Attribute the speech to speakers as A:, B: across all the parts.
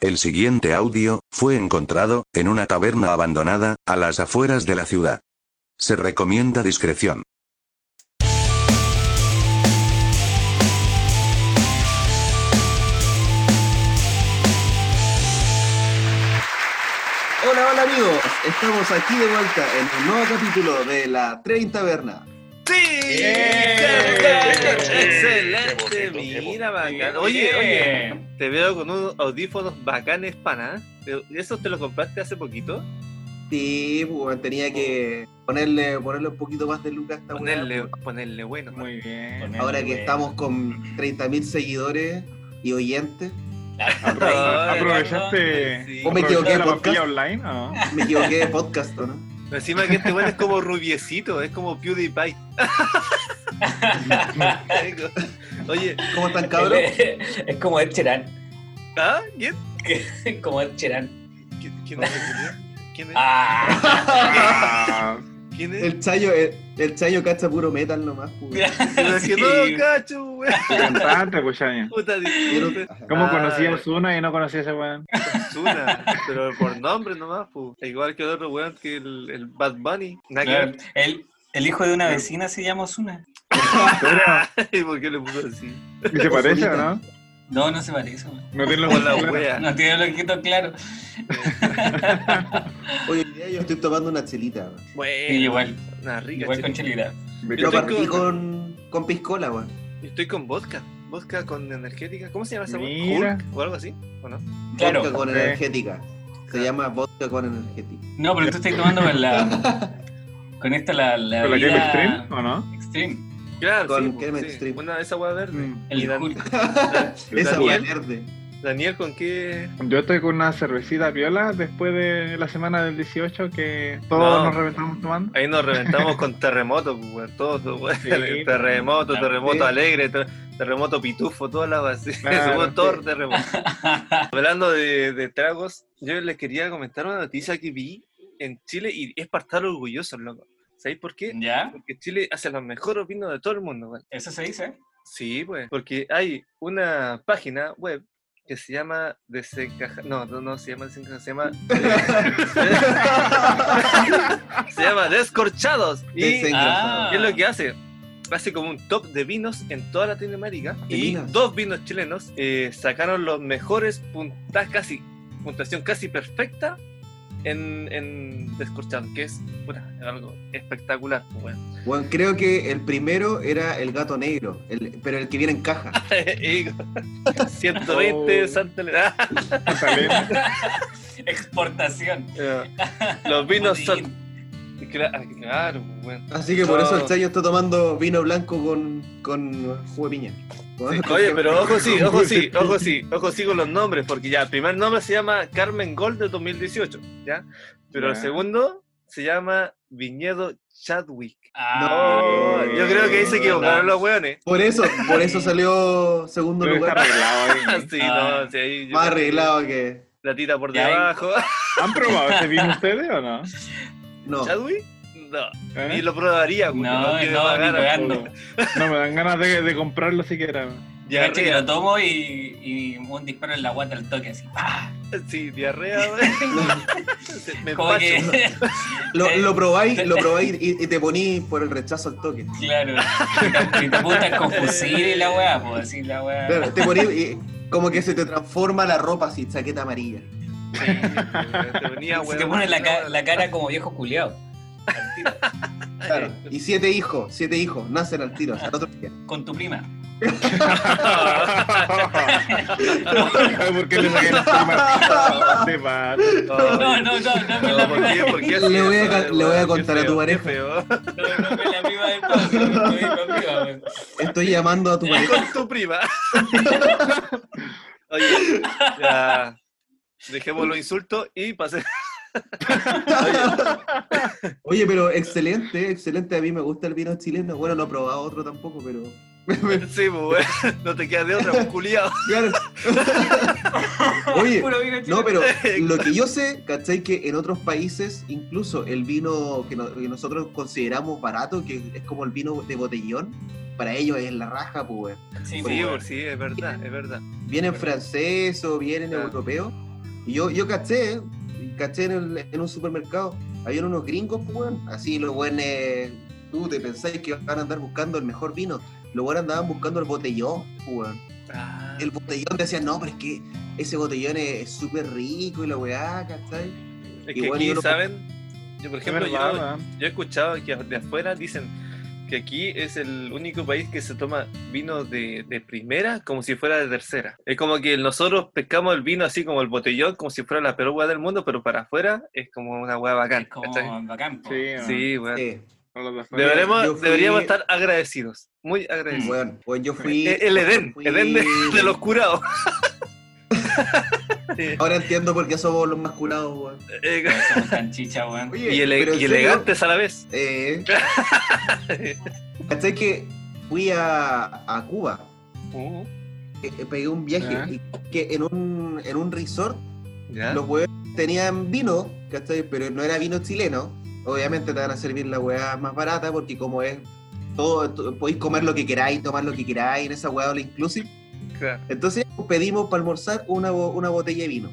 A: El siguiente audio, fue encontrado, en una taberna abandonada, a las afueras de la ciudad. Se recomienda discreción.
B: Hola, hola amigos, estamos aquí de vuelta en un nuevo capítulo de la 30 Taberna.
C: ¡Sí!
D: Qué bonito,
C: ¡Excelente!
D: qué
C: Mira,
D: bonito.
C: bacán. Oye, oye, te veo con unos audífonos bacanes, pana. ¿Te- ¿Esos te los compraste hace poquito?
B: Sí, pues, bueno, tenía que ponerle, ponerle un poquito más de lucas a esta weá,
C: Ponerle,
B: pues.
C: ponerle bueno.
E: Muy bien.
B: Ahora que estamos con 30.000 seguidores y oyentes,
C: Ay,
E: Aprovechaste.
C: sí.
B: ¿O me
E: aprovechaste
B: equivoqué de
E: la
B: podcast?
E: papilla online. ¿o no?
B: me equivoqué de podcast, ¿o ¿no?
C: Encima que este bueno es como rubiecito, es como PewDiePie. oye,
B: ¿Cómo están, cabros?
D: es como Ed Sheeran.
C: ¿ah? ¿Quién?
D: Es como Ed Sheeran.
C: ¿Quién, quién es? ¿Quién es?
D: Ah,
E: Ah,
C: ¿Quién es?
B: El Chayo, el, el Chayo cacha puro metal nomás, pues. weón.
C: Y me decía, no, cacho, weón.
E: te cantaste, cuchaña.
C: Puta,
B: Pero-
C: disculpe.
B: Ajá.
E: pues, ¿Cómo
C: Ah,
E: conocía a
C: bueno.
E: Osuna y no conocía a ese weón?
C: Ozuna, pero por nombre nomás, pu. igual que el otro weón que el, el Bad Bunny. Nada que ver.
D: el, el hijo de una vecina se llama Osuna.
C: ¿Y por qué le puso así?
E: ¿Y se parece o no?
D: No, no se parece. man.
E: No tiene los
C: Como la
E: ojos claros.
C: wea.
D: No tiene el ojito claro.
B: Hoy en día yo estoy tomando una chelita, weón.
C: Bueno,
E: Eh,
D: Sí, igual.
C: Una rica.
D: Igual con
C: chica.
D: Chelita.
B: Pero
C: Yo
E: Mira,
C: tengo-
B: partí con, con piscola, weón.
C: Estoy con vodka. Vodka con energética. ¿Cómo se llama esa
E: Mira.
C: weón? ¿O algo así? ¿O no?
D: Claro.
B: Vodka con
E: Sí.
B: energética. Se llama vodka con energética.
D: No, pero tú estás tomando con la. Con esta la. la
E: ¿Con la
D: bebida
E: Game Stream o no?
D: Extreme.
C: Claro,
B: Con
C: sí, pu,
B: Kermit
C: sí.
B: Stream.
C: Una de esas weas verde.
E: Mm.
C: Y
D: El
C: Dan-
D: Hulk.
B: Esa weá
C: Daniel.
B: verde.
C: Daniel, ¿con qué?
E: Yo estoy con una cervecita viola después de la semana del 18 que todos
C: No.
E: nos reventamos tomando.
C: Ahí nos reventamos con terremoto, pues, pu, weón. Todo, todo, weón.
E: Sí,
C: terremoto,
D: claro.
C: terremoto
B: Sí.
C: alegre, ter- terremoto pitufo, todas las bases.
E: Claro,
C: Somos
E: sí.
C: todos terremotos. Hablando de, de tragos, yo les quería comentar una noticia que vi en Chile y es para estar orgulloso, loco. ¿Sabéis por
E: Mm.
C: qué?
D: ¿Ya?
C: Porque Chile hace los mejores vinos de todo el mundo, weón.
D: Eso se dice.
C: Sí, pues. Porque hay una página web que se llama Desencaja... No, no, no se llama Desencaja, se llama... eh, se llama Descorchados. Y
B: Desengrasado.
D: Ah.
C: ¿Qué es lo que hace? Hace como un top de vinos en toda Latinoamérica.
B: ¿De
C: Y
B: vinos?
C: dos vinos chilenos eh, sacaron los mejores puntas casi, puntuación casi perfecta en, en Descorchado, que es puta, algo espectacular. pues, weón.
B: Bueno, creo que el primero era el gato negro, el- pero el que viene en caja.
C: Y con 120
E: Oh.
C: Santa Elena.
E: Está bien.
D: Exportación.
C: Los vinos son.
D: Bodeguín.
C: Cla- Claro,
D: pues,
C: weón.
B: Así que por eso el
C: No.
B: Chayo está tomando vino blanco con, con jugo de piña.
C: Sí, Oye, pero ojo sí, ojo sí, ojo sí, ojo sí con los nombres, porque ya, el primer nombre se llama Carmen Gold de 2018, ¿ya? Pero el
E: Ya.
C: segundo se llama Viñedo Chadwick.
D: Ah,
C: No,
E: No,
C: yo creo que ahí se equivocaron los weones.
B: Por eso, por eso salió segundo
E: Debe estar
B: lugar.
E: arreglado ahí.
C: Sí,
D: Ah.
C: no, sí, ahí yo-
B: Más arreglado que.
C: La tita por
D: Ya, ahí-
C: debajo.
E: ¿Han probado ese vino ustedes o no?
B: No.
C: ¿Chadwick? No,
E: ¿Eh?
C: ni lo probaría, porque
D: No,
C: quiero
D: no, ni
C: pagar a-
D: cagando.
E: No, me dan ganas de, de comprarlo siquiera.
D: Cacha que
C: Diarrea.
D: lo tomo y, y un disparo en la guata al toque así. ¡Pah!
C: Sí, diarrea, weón. Me
D: Como
C: empacho.
D: que.
B: Lo, lo probáis, lo probáis y, y te ponís por el rechazo al toque.
D: Claro. Y te apuntas con fusil y la weá, pues así la weá.
B: Claro, te ponís y como que se te transforma la ropa así, chaqueta amarilla.
C: Sí, weón, te venía,
D: Se te
C: weón,
D: pone la,
C: no,
D: ca-
C: weón.
D: la cara como viejo culiao.
B: Claro. Y siete hijos, siete hijos, nacen al tiro, al otro día.
D: Con tu prima.
E: ¿Por qué le saqué la prima? Te mato.
D: No, no, no, no con la
C: No, ¿por
D: prima.
C: qué? ¿Por qué así
B: Le voy a
C: eso,
B: ca-
C: eh,
B: le voy a
C: weón? Qué
B: contar a tu
C: feo,
B: pareja.
C: qué feo.
D: No, no con la prima del paso, no con la prima, weón.
B: Estoy llamando a tu pareja.
C: Con tu prima. Oye, ya. Dejemos los insultos y pasemos.
B: Oye, pero excelente, excelente. A mí me gusta el vino chileno. Bueno, no he probado otro tampoco, pero.
C: Sí, pues, weón, no te quedas de otra, pues, culiao.
B: Claro. Oye,
D: Puro vino chileno.
B: no, pero lo que yo sé, ¿cachai? Que en otros países, incluso el vino que, no- que nosotros consideramos barato, que es como el vino de botellón, para ellos es la raja, pues. weón.
D: Sí,
C: Sí,
D: pues,
C: pues, sí, es verdad, es verdad.
B: Vienen franceses o vienen
C: Claro.
B: europeos Y yo, yo caché, caché en, el- en un supermercado, habían unos gringos, pues, weón, así los buenos, tú te pensáis que van a andar buscando el mejor vino, los buenos andaban buscando el botellón, pues, weón.
C: Ah,
B: El botellón decían, no, pero es que ese botellón es es súper rico y la weá, ¿cachai?
C: es que
B: igual
C: aquí,
B: yo no-
C: ¿saben? Yo, por
E: Qué
C: ejemplo,
E: verdad,
C: yo,
E: weón.
C: yo he escuchado que de afuera dicen que aquí es el único país que se toma vino de, de primera como si fuera de tercera. Es como que nosotros pescamos el vino así como el botellón, como si fuera la peor hueá del mundo, pero para afuera es como una hueá bacán.
D: Es como
C: ¿cachai?
D: bacán, po.
E: Sí, weón.
C: Sí, weón.
B: Sí,
E: Con los de afuera.
C: Deberemos-
B: yo fui-
C: Deberíamos estar agradecidos, muy agradecidos.
B: weón, weón, yo fui...
C: Eh, el Edén,
B: fui-
C: el Edén de, de los curados.
B: Ahora entiendo por qué somos los más curados, weón.
C: Eh,
D: Todos somos tan chicha, weón.
B: Oye,
C: y, ele-
B: pero en
C: y
B: serio,
C: elegantes a la vez.
B: Eh, ¿Cachai que fui a, a Cuba?
C: Uh,
B: eh, eh, pegué un viaje
E: Ya.
B: y que en un, en un resort
C: ya.
B: los hueones tenían vino, ¿cachai? Pero no era vino chileno. Obviamente te van a servir la hueá más barata porque como es todo, to- podéis comer lo que queráis, tomar lo que queráis en esa hueá all inclusive.
C: Claro.
B: Entonces pedimos para almorzar una, bo- una botella de vino.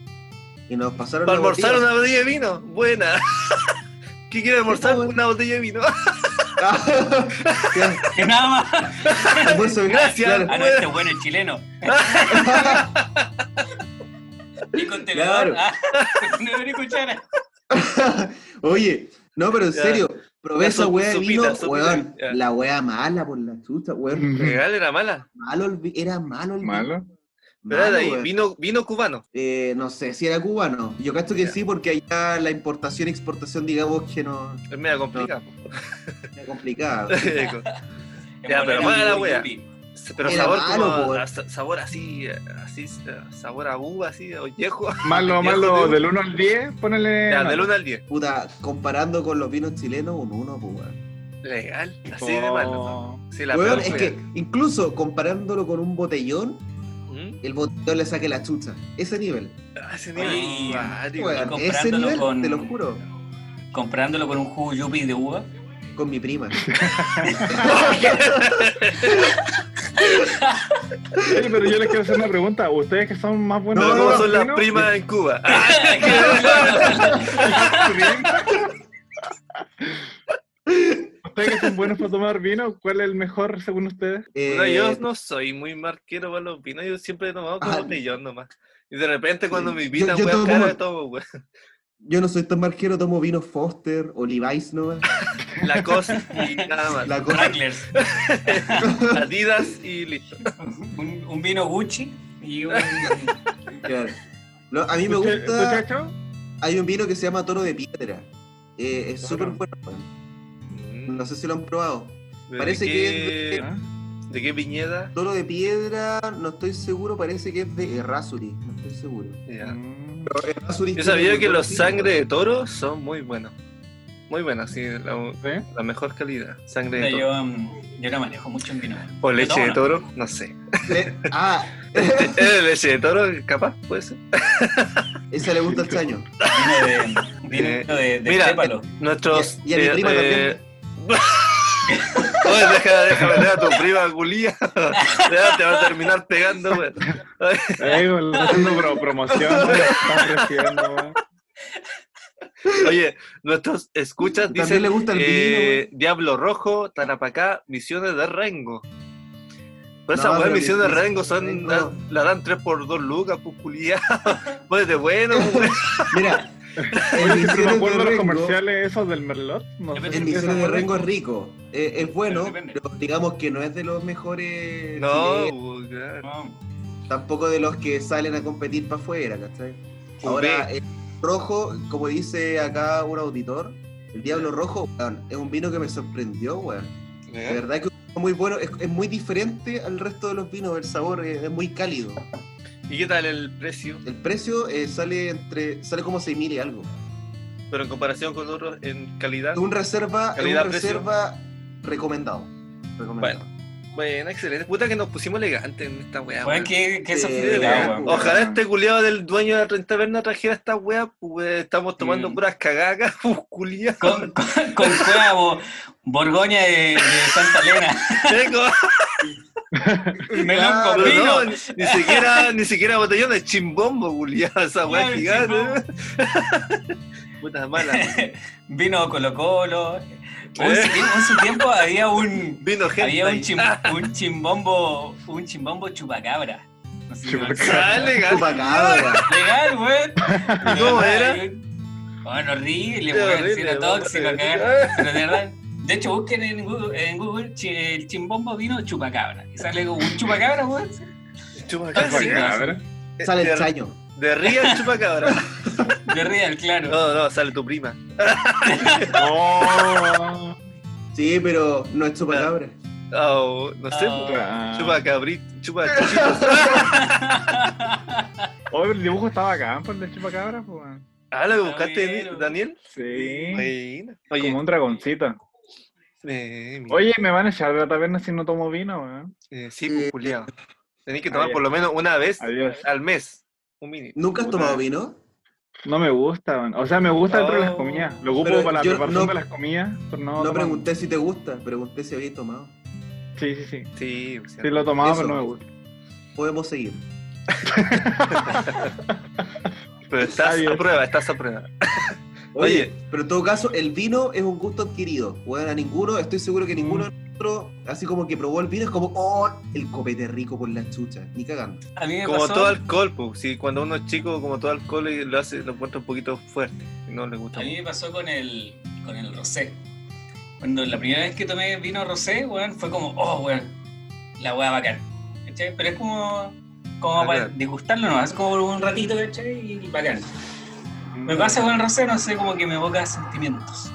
B: Y nos pasaron
C: Para
B: la
C: almorzar
B: botella.
C: una botella de vino, buena. ¿Qué quiere almorzar?
B: bueno.
C: Una botella de vino.
B: Claro,
D: Que nada más.
B: almuerzo de-
C: Gracias.
B: claro.
D: Ah, no, este bueno es chileno. Y con tenedor.
B: Claro.
D: Ah, con tenedor y cuchara.
B: Oye, no, pero en
C: Ya.
B: serio, probé
C: Ya,
B: esa
C: su-
B: weá de
C: supita,
B: vino,
C: supita,
B: weón,
C: ya.
B: la weá mala por la chucha, weón.
C: Regal era mala.
B: Malo el vi- era malo el vi-
E: Mm. Malo.
C: Pero era de ahí,
B: weón.
C: vino, vino cubano.
B: Eh, no sé si era cubano. Yo cacho que
C: Ya.
B: sí, porque allá la importación y exportación, digamos que no
C: Es medio complicado.
B: es complicada.
C: Ya, pero
D: Era
C: mala la
D: muy
C: wea.
D: yuri.
C: Pero
B: Era
C: sabor
B: malo,
C: como-
B: po, weón.
C: a- sabor así, así, sabor a uva, así, a ollejo.
E: Malo,
C: Viejo
E: malo,
C: de-
E: del 1 al 10, ponele.
C: Ya,
E: malo.
C: del 1 al 10.
B: Puta, comparando con los vinos chilenos, un uno, pues, weón.
C: Legal, así de malo.
E: Oh,
C: Sí, la
B: Weón,
C: peor
B: es
C: fue.
B: que incluso comparándolo con un botellón,
C: ¿Mm?
B: el botellón le saque la chucha. Ese nivel.
C: Ah, ese
D: Oye,
C: nivel.
D: y-
C: Ah, digo,
B: Weón, ese
D: comparándolo
B: nivel,
D: con-
B: te lo juro,
D: Comparándolo con un jugo yupi de uva.
B: con mi prima.
E: Oye, pero yo les quiero hacer una pregunta. Ustedes que son más buenos.
C: No,
E: de
C: ¿cómo
E: los
C: son las
E: vinos?
C: primas en Cuba?
B: Eh.
C: Ah,
E: Ustedes que son buenos para tomar vino, ¿cuál es el mejor según ustedes?
B: Eh,
C: puta, yo no soy muy marquero para los vinos, yo siempre he tomado con
B: Ah.
C: botellón nomás. Y de repente cuando me
B: Yo-
C: invitan,
B: yo
C: weón,
B: tomo-
C: cara de todo, weón.
B: Yo no soy tan marquero, tomo vino Foster o Levi's nomás.
C: La cosa y nada más.
B: La cosa
D: Cracklers.
C: Adidas y listo.
D: Un, un vino Gucci y un.
B: claro. No, a mí me
E: ¿Usted-
B: gusta.
E: muchacho?
B: Hay un vino que se llama Toro de Piedra. Eh, es
E: Claro.
B: súper bueno. weón. No sé si lo han probado.
C: ¿De
B: parece
C: qué-
B: que
E: ¿Ah?
C: ¿De qué viñeda?
B: Toro de Piedra, no estoy seguro, parece que es de Errázuri. No estoy seguro.
C: Ya.
E: Mm.
B: Pero Errázuri
C: Yo
B: tiene
C: sabía
B: muy
C: que
B: buen
C: los
B: vino,
C: sangre
B: weón.
C: de toro son muy buenos. Muy buenos, sí, la,
E: ¿Sí?
C: la mejor calidad. Sangre de toro.
D: yo, mm, yo no manejo mucho en vino.
C: O leche de
D: Yo tomo,
C: toro, no sé.
B: Le- Ah,
C: ¿Es leche de toro? Capaz, puede ser.
B: esa le gusta el chaño.
D: ¿no? Vino de. Vino de, de
C: Eh, Mira, eh,
D: Chépalo.
C: Nuestros. eh,
B: Y a- y a mi prima
C: Oye, deja, deja meter a tu prima Gulía. Ya te va a terminar pegando, güey.
E: Ahí, güey, le está haciendo pro- promoción, güey, está ofreciendo, güey.
C: Oye, nuestros escuchas
B: También
C: dicen
B: le gusta el
C: eh, Diablo Rojo, Tarapacá, Misiones de Rengo. Pero
B: No,
C: esas weas
B: pero
C: Misiones de
B: Misiones
C: Rengo
B: de
C: son, la,
B: Rengo.
C: la dan 3 por 2 lucas, pues culiá. Pues de bueno, pues,
B: Mira, el
E: Oye, siempre me
B: misionero de
E: acuerdo de los
B: Rengo-
E: comerciales esos del Merlot. No
D: El
E: sé
B: El
E: si
D: misionero
B: misionero de
E: esa-
B: Rengo es rico. Eh, es bueno,
D: depende.
B: pero digamos que no es de los mejores.
C: No,
B: chilenos.
C: pues, claro.
D: No.
B: tampoco de los que salen a competir para afuera, ¿cachai? Ahora, el rojo, como dice acá un auditor, el Diablo Rojo, weón, es un vino que me sorprendió, weón. De
C: eh,
B: verdad que es muy bueno, es, es muy diferente al resto de los vinos, el sabor es, es muy cálido.
C: ¿Y qué tal el precio?
B: El precio eh, sale entre sale como 6.000 y algo.
C: Pero en comparación con otros en calidad.
B: Es un reserva, es un
C: Calidad-precio.
B: reserva recomendado. recomendado.
C: Bueno, excelente. Puta que nos pusimos elegantes en esta wea.
D: Weón,
C: weón.
D: qué, qué
B: Sí,
D: sofisticado,
B: weón.
D: weón.
C: Ojalá este culiado del dueño de la renta Taberna trajera esta wea, pues estamos tomando
D: Mm.
C: puras cagadas, acá, pues culiá.
D: Con, con, con cueva, bo- Borgoña de, de Santa Elena.
C: Seco.
D: Melón con
C: Pero
D: vino.
C: no, ni, ni siquiera, ni siquiera botellón de chimbombo, Julián, esa weá
D: Claro,
C: gigante. Putas malas.
D: Vino Colo Colo. En su tiempo- en su tiempo había un,
C: Vino Eh. gente.
D: había un, chim- un chimbombo, un chimbombo chupacabra. No sé si lo-
E: Chupacabra.
C: Dale, gato.
B: Chupacabra.
D: Legal, weón.
C: ¿Cómo era?
D: Bueno, horrible,
C: Era
D: weón. Si
C: horrible,
D: era
C: weón.
D: tóxico, cagar. Pero de verdad. De hecho, busquen en Google, en Google chi- el chimbombo vino chupacabra. Y sale como un chupacabra, weón.
C: Chupacabra.
D: Sí,
E: Chupacabra.
B: Sale el
C: De-
B: chaño.
C: De ría chupacabra.
D: De real, claro.
C: No, no, sale tu prima.
E: Oh,
B: Sí, pero no es chupacabra.
C: Oh, no sé.
D: Oh.
E: ah.
C: Chupacabrit. Chupa
D: Ah,
E: Oh, el dibujo estaba acá, por el de chupacabra, pues. weón.
C: Ah, lo que
D: Está
C: buscaste,
D: bien.
C: Daniel.
E: Sí.
C: Buena. Oye,
E: Como un dragoncito.
C: eh, mira,
E: Oye, me van a echar de la taberna si no tomo vino, weón.
C: eh, sí, pues, culiao. Tenés que tomar
E: Adiós.
C: por lo menos una vez
E: Ah, Adiós.
C: al mes. Un mini.
B: ¿Nunca has
E: Puta.
B: tomado vino?
E: No me gusta, weón. O sea, me gusta dentro de las
C: Oh.
E: comidas. Lo ocupo
B: Pero
E: para la
B: yo
E: preparación
B: no-
E: de las comidas, pero no.
B: No
E: tomo-
B: pregunté si te gusta, pregunté si habías tomado.
E: Sí, sí, sí.
C: Sí, o sea,
E: Sí, lo he tomado,
B: Eso.
E: pero no me gusta.
B: Podemos seguir.
C: pero estás
E: Adiós.
C: a prueba, estás a prueba.
B: Oye,
C: Oye.
B: pero en todo caso, el vino es un gusto adquirido. Bueno, a ninguno, estoy seguro que ninguno de nosotros, así como que probó el vino, es como, oh, el copete rico por la chucha. Ni cagando.
D: A mí me
C: Como
D: pasó.
C: todo alcohol, pues. Sí, cuando uno es chico, como todo alcohol, y lo hace, lo encuentra un poquito fuerte. y No le gusta
D: A mí
C: mucho.
D: me pasó con el, con el rosé. Cuando la primera vez que tomé vino rosé, weón, fue como, oh, weón, la weá bacán. ¿Cachai? Pero es como, como
C: Ah,
D: para
C: claro.
D: disgustarlo, ¿no? Es como por un ratito, ¿cachai? Y bacán. Me pasa con el rosé, no sé, como que me evoca sentimientos.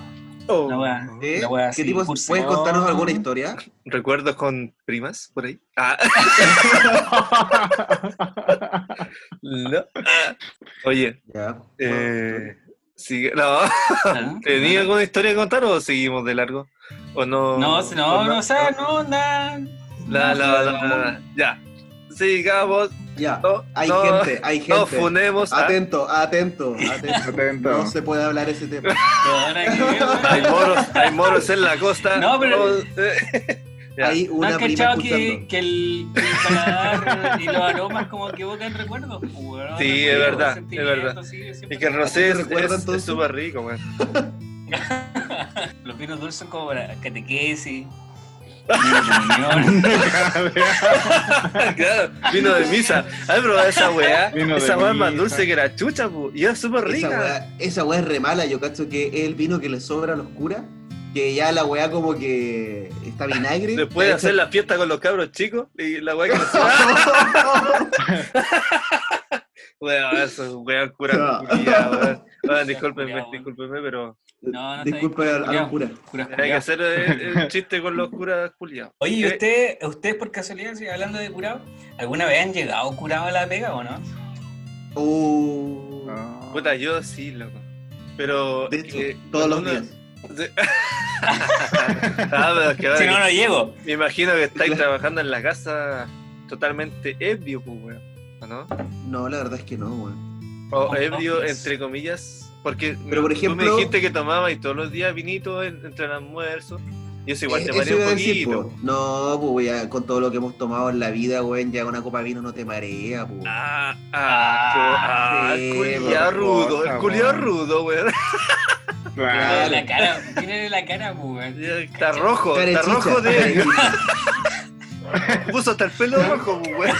D: La weá.
B: ¿Eh?
D: La wea
B: ¿Qué
D: así,
B: tipo?
D: cursi.
B: ¿Puedes contarnos
E: Oh.
B: alguna historia?
C: ¿Recuerdos con primas por ahí? Ah, no. Ah. Oye,
B: Ya.
C: eh, sigue- no.
D: ¿Ah?
C: ¿Tenía alguna historia que contar o seguimos de largo? ¿O no?
D: No,
C: o
D: si no, no, o sea, no, nada.
C: La, la, la,
D: no.
C: la- Ya. Sigamos.
B: Ya.
C: No,
B: Hay
C: no,
B: gente, hay
C: No
B: gente.
C: funemos. ah.
B: Atento, atento, atento.
E: Atento.
B: No se puede hablar ese tema.
D: Pero ahora que veo, weón,
C: Hay moros, hay moros en la costa.
D: No, pero-
C: Oh, eh, Ya.
B: Hay
D: ¿No
B: una
D: has
B: prima
D: cachado que,
B: escuchando.
D: que el, que el paladar y los aromas como que evocan recuerdos? pues, Weón,
C: Sí, es
D: recuerdos,
C: verdad, es
D: sentimientos,
C: verdad.
D: sí, siempre
C: Y que el
D: recuerdo.
C: rosé es-
B: ¿Recuerdan
C: es
B: todo
C: es
B: eso?
C: súper rico, man.
D: Los vinos dulces son como para catequesis. comunión.
C: claro, vino de misa. Ay, pero esa weá,
E: Vino de
C: esa weá es más
E: misa.
C: dulce que la chucha, pu. Y es súper
B: Esa
C: rica.
B: weá, esa weá es re mala, yo cacho que es el vino que le sobra a los curas, que ya la weá como que está vinagre.
C: Después de
B: Está
C: hacer
B: hecha-
C: la fiesta con los cabros chicos, y la weá que nos Weón, eso, weón, cura
B: No.
C: culiao, weón. Weón, discúlpenme,
D: Culiao, weón.
C: discúlpenme, pero
D: No, no está
B: Disculpe
D: bien,
B: a, a los
D: culiao.
B: curas.
D: Puras
C: hay que
D: curadas.
C: hacer el, el chiste con los curas culiados.
D: Oye, ¿y usted, usted por casualidad, si hablando de curado, alguna vez han llegado curado a la pega o no?
B: Oh.
E: No.
C: Puta, yo sí, loco. Pero.
B: de
C: es
B: hecho,
C: que
B: todos los
C: cuando uno-
B: días.
C: Ah, pero es que,
D: Si
C: ahora
D: no, no llego.
C: Me imagino que estáis
B: Claro.
C: trabajando en la casa totalmente ebrio, pues, weón. ¿O no?
B: No, la verdad es que no, weón.
C: O ebrio, entre comillas. Porque
B: Oh, pues. Pero, por
C: tú me
B: ejemplo-
C: dijiste que tomabas y todos los días vinito en- entre el almuerzo. Y eso igual
B: Eh,
C: te
B: eso
C: marea un
B: iba a decir,
C: poquito.
B: po. No, pues weá, con todo lo que hemos tomado en la vida, weón, ya una copa de vino no te marea, pues.
C: Ah, ah,
B: Ah,
C: ah,
B: sí,
C: el culiao
E: por
C: rudo, el
E: favor.
C: culiao rudo, weón.
E: Claro.
D: Mírenle la cara, mírenle la cara, pues, weón.
C: Ya Está
B: Eh,
C: rojo, está
B: Carechicha,
C: rojo de.
B: carechicha.
C: Puso hasta el pelo rojo, pues, weón.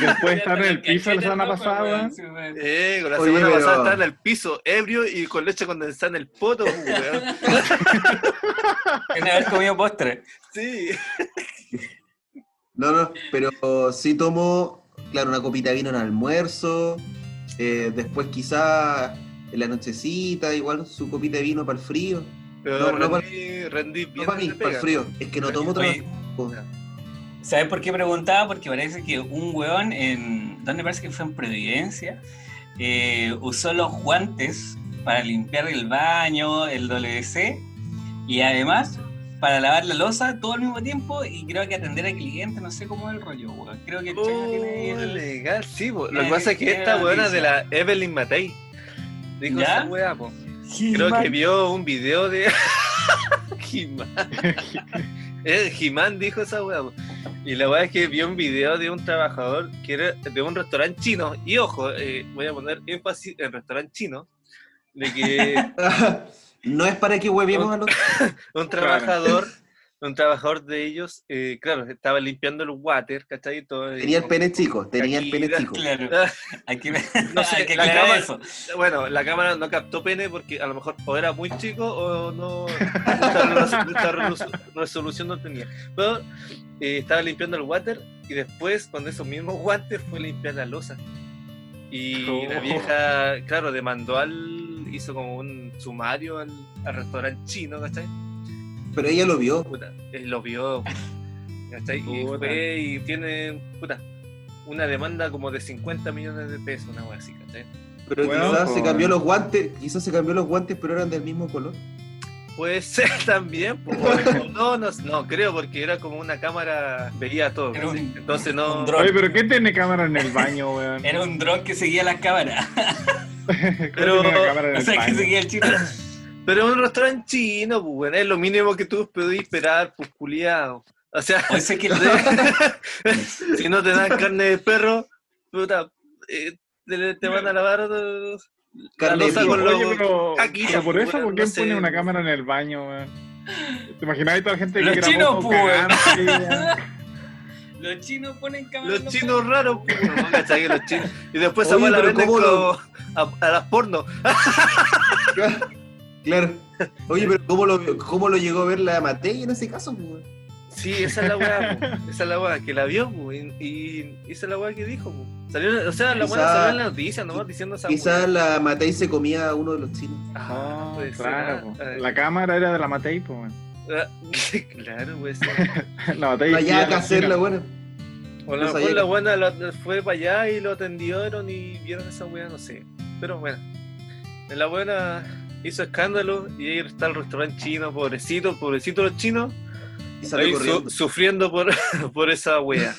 E: Después de estar en el piso la semana
D: Cachete rojo,
E: pasada,
D: weón,
E: weón.
D: sí, weón.
C: Eh, con la
B: Oye,
C: semana
B: pero-
C: pasada estaba en el piso ebrio y con leche condensada en el poto, pues, weón.
D: Es haber comido postre.
C: Sí.
B: No, no, pero sí tomo, claro, una copita de vino en almuerzo, eh, después quizá en la nochecita, igual su copita de vino para el frío.
C: Pero
B: No, no
C: rendí, rendí
B: No
C: bien.
B: para mí,
C: la
B: para el
C: pega.
B: frío. Es que no tomo otra
D: Oye,
B: cosa.
D: ¿Sabes por qué preguntaba? Porque parece que un weón en. ¿Dónde parece que fue en Providencia? eh, usó los guantes para limpiar el baño, el WC y además para lavar la losa todo al mismo tiempo y creo que atender al cliente, no sé cómo es el rollo, weón. Creo que el Chelo tiene
C: Oh,
D: el-
C: legal, sí, po. Lo que
D: Eh,
C: pasa es que
D: tiene
C: esta
D: la
C: weona de
D: noticia.
C: la Evelyn Matei dijo
D: ¿Ya?
C: esa weá, po. Creo que vio un video de. He-Man. Eh, He-Man dijo esa weá. po. Y la weá es que vi un video de un trabajador que era de un restaurante chino. Y ojo, eh, voy a poner énfasis en restaurante chino. De que
B: no es para que hueviemos a los.
C: un
E: Claro.
C: trabajador, un trabajador de ellos, eh, claro, estaba limpiando el water, ¿cachai? Y todo, y
B: Tenía el
C: como-
B: pene chico, tenía el pene
C: Aquí,
B: chico.
D: Claro.
C: Ah,
D: Hay que,
C: No sé,
D: hay que
C: la
D: aclarar
C: cámara-
D: eso.
C: Bueno, la cámara no captó pene porque a lo mejor o era muy chico o no. Esta, resolu- esta resolu- resolución no tenía. Pero eh, estaba limpiando el water y después, con esos mismos guantes, fue a limpiar la losa. Y la
E: Oh.
C: vieja, claro, demandó al. hizo como un sumario al, al restaurante chino, ¿cachai?
B: Pero ella lo vio.
C: Puta, él lo vio. ¿cachai? Y
E: Puta.
C: fue y tiene. puta, una demanda como de 50 millones de pesos, una wea así, ¿cachai?
B: Pero
E: Bueno,
B: quizás se
E: pues.
B: cambió los guantes, quizás se cambió los guantes, pero eran del mismo color.
C: Puede ser también. po. O No, no, no creo, porque era como una cámara, veía todo.
D: Era un-
C: ¿sí? Entonces no.
D: un dron.
E: Oye, pero ¿qué tiene cámara en el baño, weón?
D: Era un dron que seguía la cámara.
E: ¿Cómo
C: pero-
E: tiene una cámara en
D: O
E: el
D: sea, que
E: baño?
D: seguía el chico.
C: Pero un restaurante chino, pues, bueno, es lo mínimo que tú podías esperar, pues culiao. O sea,
D: O sea, que
C: si no te dan carne de perro, puta, eh, te, te van a lavar eh,
B: Carne
C: la
B: de
C: losa
B: vivo.
C: con los-
E: Oye, pero,
C: caquillas,
E: pero por
C: pues,
E: eso,
C: weón,
E: ¿por
C: no
E: qué
C: sé.
E: pone una cámara en el baño, weón? ¿Te imagináis toda la gente que
D: Los
E: grabó
D: chinos,
E: como
D: pues,
E: cagando, así, weón?
C: Ah,
D: los chinos ponen cámara. en
C: Los chinos raros, pues, bueno, ¿cachai? Los chinos. Y después esa
B: Oye,
C: weá la
B: pero
C: venden
B: ¿cómo lo-
C: como a, a las porno.
B: Claro. Oye, pero ¿cómo lo, cómo lo llegó a ver la Matei en ese caso? pues?
C: Sí, esa es la weá, po. esa es la weá que la vio, po, y, y esa es la weá que dijo. po. Salió, o sea, la weá
B: Quizá-
C: salió en la noticia nomás diciendo esa
B: Quizás
C: weá.
B: la Matei se comía a uno de los chinos.
C: Ah,
E: No,
C: puede ser,
E: claro,
C: ah,
E: po.
C: ah,
E: La cámara era de la Matei, pues, weón.
C: ah, claro, puede ser.
E: La Matei.
B: La
E: sí,
B: yaca,
E: era
B: hacerla,
E: china.
B: bueno.
C: O a lo
B: No
C: mejor
B: sabía.
C: la buena fue para allá y lo atendieron y vieron esa weá, no sé. Pero bueno, la buena hizo escándalo y ahí está el restaurante chino, pobrecito, pobrecito los chinos,
B: Y
C: ahí
B: salió
C: su-
B: corriendo.
C: sufriendo por, por esa weá.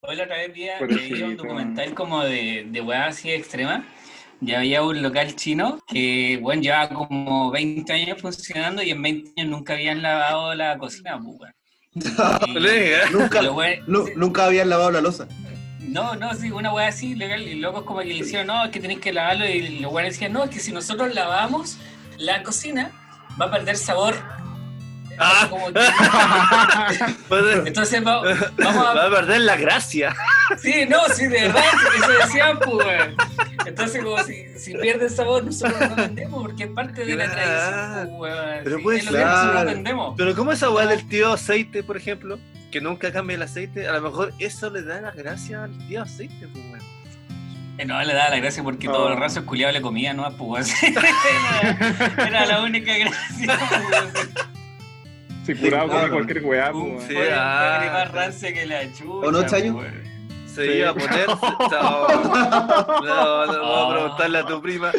D: Hoy la otra vez vi a-
E: Pobrecito.
D: leí un documental como de, de weas así extremas. Y había un local chino que, bueno, llevaba como 20 años funcionando y en 20 años nunca habían lavado la cocina, pues, weón. Y-
C: Colega,
B: Nunca,
D: los we-
B: nu- nunca habían lavado la losa.
D: No, no, sí, una weá así, legal, y locos como que le hicieron, no, es que tenéis que lavarlo, y los weones decían, no, es que si nosotros lavamos la cocina, va a perder sabor.
C: Ah.
D: Como que-
C: pues,
D: entonces va- vamos a
C: va a perder la gracia.
D: Sí, no, sí, de verdad, eso decían, pues. weón. Entonces, como si, si pierde sabor, nosotros no vendemos, porque es parte de la tradición, pues, weón.
C: Pero
D: Sí,
C: puede
D: es lo que nosotros
B: ser.
D: no vendemos.
C: Pero como esa weá del tío aceite, por ejemplo, que nunca cambia el aceite, a lo mejor eso le da la gracia al tío aceite, pues weón.
D: Eh, No, le daba la gracia porque todo el raso culiado le comía, ¿no? Pues, weón. era, era la única gracia, pues, weón.
E: Si curado
B: Claro.
E: con cualquier weá, pues,
D: Un
E: weón.
C: Sí,
D: fue
C: ah,
D: sangre más
C: sí.
D: rancia que la chucha.
B: ¿O no, Chayo?
D: pues, weón.
C: Se
E: Sí.
C: iba a poner. No, no, no, vamos a preguntarle a tu prima.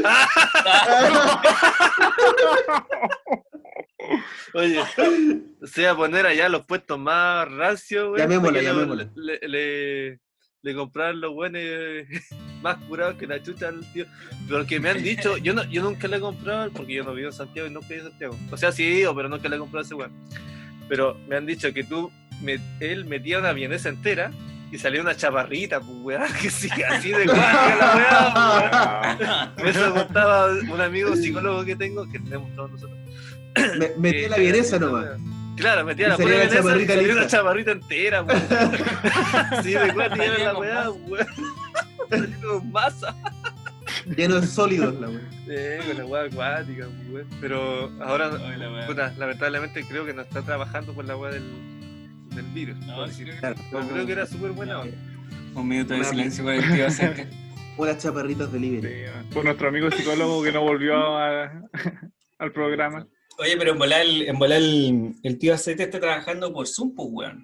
C: Oye, se iba a poner allá los puestos más rancios, güey.
B: Llamémosle,
C: porque le-
B: llamémosle.
C: Le, le, le compraron los buenos eh, más curados que la chucha al tío. Pero que me han dicho, yo no, yo nunca le he comprado porque yo no vivo en Santiago y nunca he ido a Santiago. O sea, sí he ido, pero nunca le he comprado a ese weón. Pero me han dicho que tú, me- él metía una vienesa entera y salía una chaparrita, pues weá, que sí, así de guardia la weá, pues, weá.
E: Ah,
C: Eso me contaba un amigo psicólogo que tengo, que tenemos todos nosotros.
B: Me, metí
C: Eh,
B: la vienesa nomás.
C: Claro, metía
B: Y
C: la
B: salía la
C: pura vienesa y
B: chaparrita
C: salía
B: lista.
C: una chaparrita entera, güey. Sí, de cuatro era
D: Salía
C: la
D: con
C: weá, weón. Salía Con masa.
B: Lleno de sólidos la wea.
C: Eh, con la weá acuática, weón. Pero ahora,
D: Hola, weón.
C: puta, lamentablemente creo que no está trabajando por la weá del, del virus.
D: No,
C: por
D: sí,
C: decir.
D: creo
B: Claro.
C: Pero creo que era súper buena onda.
D: Un minuto de silencio por el tío acerca.
B: Unas chaparritas de
E: Sí,
B: libre.
E: weón. Por nuestro amigo psicólogo que no volvió a- al programa.
D: Oye, pero en volar, el, en volar el, el tío aceite está trabajando por Zoom, pues, weón.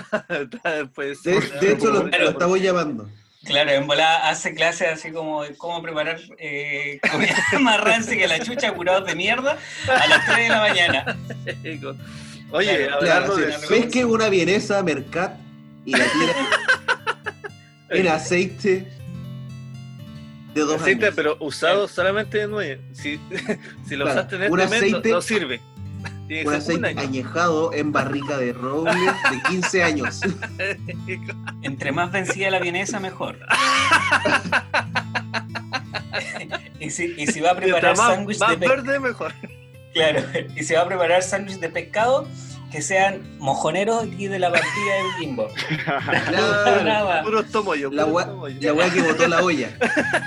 C: Pues,
B: De, de hecho, lo, lo
C: claro,
B: estamos llamando.
D: Claro, en volar hace clases así como de cómo preparar eh, comida más rancia que la chucha, curados de mierda, a las 3 de la mañana.
C: Oye,
D: Claro,
C: hablando
B: Claro,
C: de
D: sí.
B: sí. ¿Ves que una vienesa mercat y la tira en aceite de dos
C: aceite,
B: años?
C: pero usado solamente de nueve. Si, si lo
B: Claro,
C: usaste en este
B: un
C: mes, no-
B: aceite-
C: no, sirve. Tiene
B: Un
C: que ser un
B: aceite
C: año.
B: añejado en barrica de roble de 15 años.
D: Entre más vencida la vienesa, mejor. y, si, y si va a
C: Mientras
D: preparar sándwich
C: más, más
D: de pescado.
C: verde, mejor.
D: Claro, y si va a preparar sándwich de pescado, que sean mojoneros y de la partida del bimbo.
B: Claro.
D: Nada.
C: Puro tomo yo.
B: La
C: puro
B: wea-
C: tomo yo.
B: La weá que botó la olla.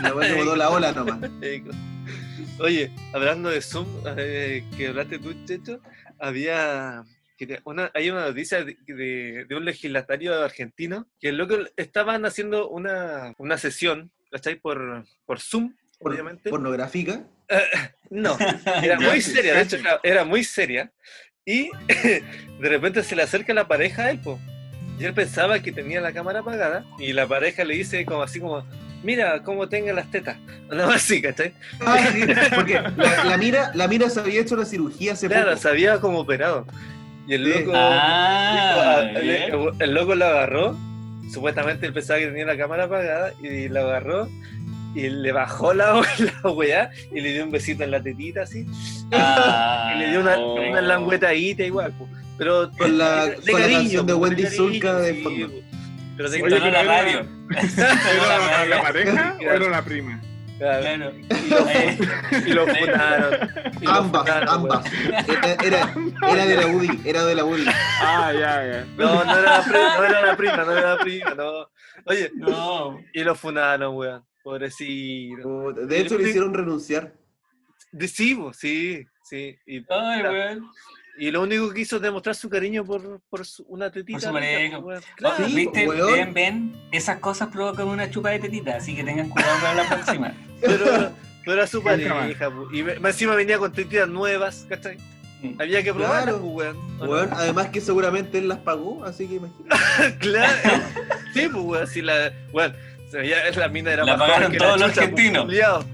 B: La weá que botó la ola nomás.
C: Eh, Oye, hablando de Zoom, eh, que hablaste tú, Checho, había que te- una, hay una noticia de, de- de un legislatario argentino que el loco estaban haciendo una, una sesión, ¿cachai? Por, por Zoom,
B: Por-
C: obviamente.
B: pornográfica.
C: No, era
D: Ya.
C: muy seria, de hecho, era- era muy seria. Y de repente se le acerca la pareja a él, po. Y él pensaba que tenía la cámara apagada. Y la pareja le dice, como así, como, mira cómo tenga las tetas. Nada más así, ¿cachai?
B: Ah, sí, porque la, la mira, la mira se había hecho una cirugía hace
C: Claro,
B: poco.
C: se había como operado. Y el
B: Sí.
C: loco,
D: Ah,
C: dijo, ah, le- el loco lo agarró. Supuestamente él pensaba que tenía la cámara apagada y lo agarró y le bajó la, la weá y le dio un besito en la tetita así.
D: Ah,
C: y le dio una,
D: oh.
C: una languetadita igual. po. Pero
B: Con la-
C: de
B: con la canción de
C: po,
B: Wendy
C: cariño,
B: Zulka de
C: sí,
B: fondo.
C: po. Pero de
D: Se
E: Oye,
D: entonó
E: pero
D: la
E: era-
D: radio.
E: ¿Era la
D: Claro.
E: pareja o era la prima?
D: Claro. Eh,
C: Y lo fundaron.
B: Ambas, ambas. Era, era, era de la UDI, era de la UDI.
E: Ah, ya, ya.
C: No, no era, la prima, no era la prima, no era la prima, no. Oye,
D: No.
C: y lo fundaron, weón. Pobrecito.
B: De hecho, le hicieron renunciar.
C: De- Sí, po, sí, sí. Y,
D: Ay, weón.
C: y lo único que hizo es demostrar su cariño por, por su- una tetita.
D: Por su
C: rica,
D: pareja.
C: po, weón. Claro.
D: Ah,
B: Sí,
D: ¿Viste?
B: weón.
D: Ven, ven. Esas cosas provocan una chupa de tetita, así que tengan cuidado para la próxima.
C: Pero, pero era su
E: Nunca
C: pareja, po. y me- más encima venía con tetitas nuevas, ¿cachai? Había que probarlas,
B: Claro.
C: po, weón. ¿o no?
B: Weón, además que seguramente él las pagó, así que imagínate.
C: Claro. Sí, pues, weón, si la. Weón, se veía- la mina era
D: La
C: más joven
D: pagaron
C: que
D: todos los
C: chucha, pues,
D: argentinos.
C: culiao.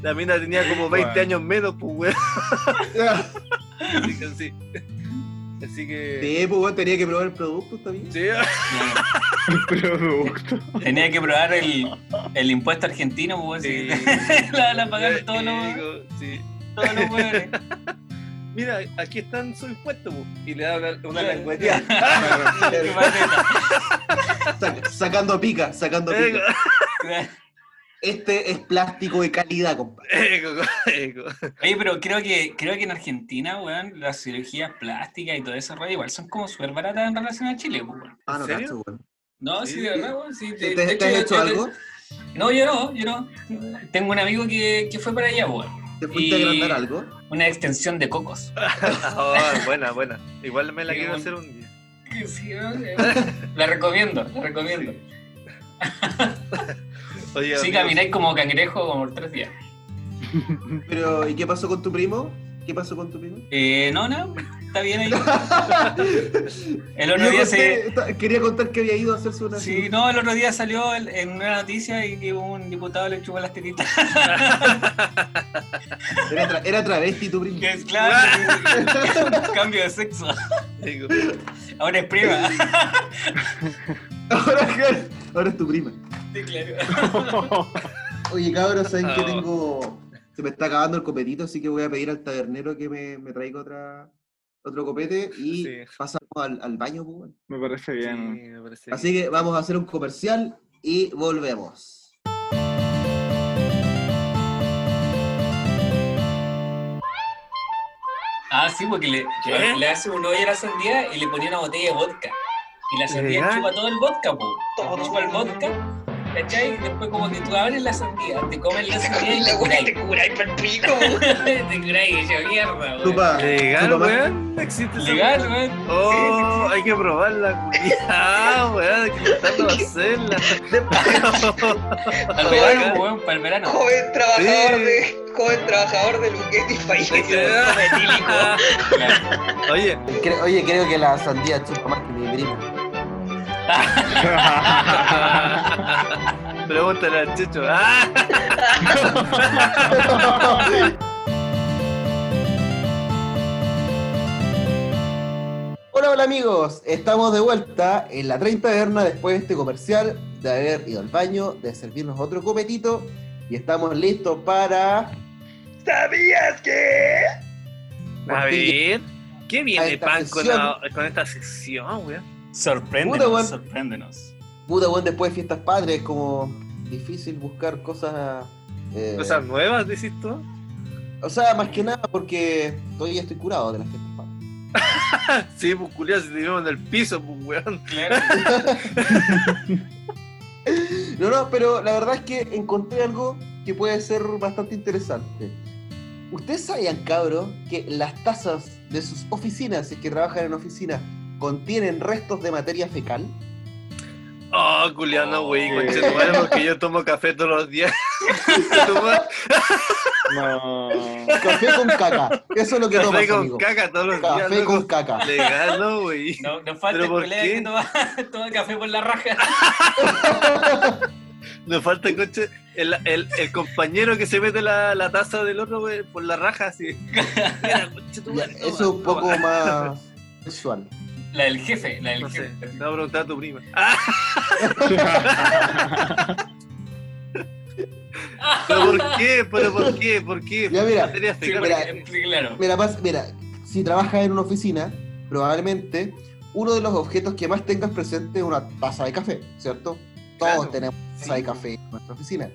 C: la mina tenía como 20
E: Bueno.
C: años menos, pues, weón. Así que sí. Así que.
B: Sí, pues weón, tenía que probar el producto, está bien.
C: Sí.
E: Producto.
D: Tenía que probar el, el impuesto argentino, pues,
C: Sí.
D: así. la, la pagaron todos los,
C: Digo, sí.
D: todos los weones.
C: Mira, aquí están sus impuestos, pues. Y le da una, una
D: Claro.
C: lengüeteada.
B: Sac- sacando pica, sacando
C: Ego,
B: pica. Este es plástico de calidad, compadre.
C: ego, ego.
D: Oye, pero creo que, creo que en Argentina, weón, las cirugías plásticas y todo eso, rollo, igual son como súper baratas en relación a Chile, pues, weón.
B: Ah, no,
C: ¿En serio?
B: cacho, weón.
D: No, sí,
C: Sí.
D: de verdad, weón. Sí,
B: ¿Te,
D: de-
B: te-
D: de
B: te has
D: hecho,
B: hecho
D: yo-
B: algo?
D: No, yo no, yo no. Tengo un amigo que, que fue para allá, pues, weón.
B: ¿Te fuiste
D: Y-
B: a agrandar algo?
D: Una extensión de cocos.
C: Ah, buena, buena. Igual me la
D: Sí,
C: quiero
D: bueno.
C: hacer un día.
D: Sí, weón, La recomiendo, la recomiendo.
C: Oye,
D: Sí,
C: amigo,
D: camináis como cangrejo como por tres días.
B: Pero, ¿y qué pasó con tu primo? ¿Qué pasó con tu primo?
D: Eh, no, no, está bien ahí. El
B: Yo
D: otro día se,
B: conté- ta- Quería contar que había ido a hacerse una
D: Sí, no, el otro día salió el- en una noticia y que un diputado le chupó las tetitas.
B: Era, tra- era travesti tu primo.
D: Que es claro, un cambio de sexo.
C: digo,
D: Ahora es prima.
B: Ahora, claro, ahora es tu prima.
D: Sí, claro.
B: Oye, cabros, ¿saben que
C: Ah.
B: tengo...? Se me está acabando el copetito, así que voy a pedir al tabernero que me, me traiga otra, otro copete y
C: Sí.
B: pasamos al, al baño. pues, bueno.
E: Me parece
C: sí,
E: bien.
C: me parece
B: Así que vamos a hacer un comercial y volvemos.
D: Ah, sí, porque le,
C: ¿Qué?
D: le hace un hoyo a la sandía y le ponía una botella de vodka. Y la sandía
C: ¿Legal?
D: chupa todo el vodka, po. Chupa el vodka. ¿Cachai? Y después como que tú abres la sandía, te comes la sandía y te curáis. Te curáis pico. te curáis, yo mierda, weón.
B: Chupa,
C: Legal,
B: chupa más.
C: weón. Existe esa
D: Legal,
C: weá.
D: weón.
C: Oh, hay que probarla. Ah, weón, hay que tratarlo de hacerla.
D: Para el verano, weón, para el verano.
F: Joven trabajador
C: Sí.
F: de. Joven trabajador de Luquetti fallecido.
C: Oye,
B: Cre- Oye, creo que la sandía chupa más que mi primo.
C: pregúntale al Checho. Ah,
B: Hola, hola amigos, estamos de vuelta en la 30 taberna después de este comercial, de haber ido al baño, de servirnos otro copetito y estamos listos para...
F: ¿Sabías que?
C: A ver, ¿qué
B: A
C: viene
B: esta
C: Pan con,
B: sección.
C: la- con esta sección, weón?
B: Puta, weón.
D: Sorpréndenos, sorpréndenos.
B: Puta, weón, después de fiestas patrias es como difícil buscar cosas. eh,
C: ¿Cosas nuevas, decís tú?
B: O sea, más que nada porque todavía estoy curado de las fiestas patrias.
C: Sí, pues culiado, se tiró en el piso, pues weón.
D: Claro.
B: No, no, pero la verdad es que encontré algo que puede ser bastante interesante. ¿Ustedes sabían, cabros, que las tazas de sus oficinas, si es que trabajan en oficinas, contienen restos de materia fecal?
C: Oh, culiado, no, wey,
E: Oh.
B: eh.
C: conchetumare, porque yo tomo café todos los días. Tomo
E: No.
B: Café con caca. Eso es lo que tomas,
C: café con
B: amigo.
C: caca todos los días,
B: Café
C: loco.
B: con caca.
C: Legal, no, wey.
D: No, nos falta
C: ¿Pero
D: el
C: por
D: colega
C: qué?
D: que toma, toma café por la raja.
C: Nos falta el coche. El, el, el compañero que se mete la, la taza del otro, wey, por la raja, así. Mira,
B: Ya,
C: conchetumare, toma,
B: Eso es un
C: toma.
B: poco más sexual.
D: La del jefe, la del
C: No sé,
D: jefe.
C: te voy a preguntar a tu prima. Ah, ¿Pero por qué? ¿Pero por qué? ¿Por qué?
B: Ya, mira,
C: Materia fecal,
B: mira, eh.
C: ¿por qué?
D: Sí, claro.
B: Mira, pas- mira, si trabajas en una oficina, probablemente uno de los objetos que más tengas presente es una taza de café, ¿cierto? Todos
C: Claro,
B: tenemos taza
C: sí.
B: de café en nuestra oficina.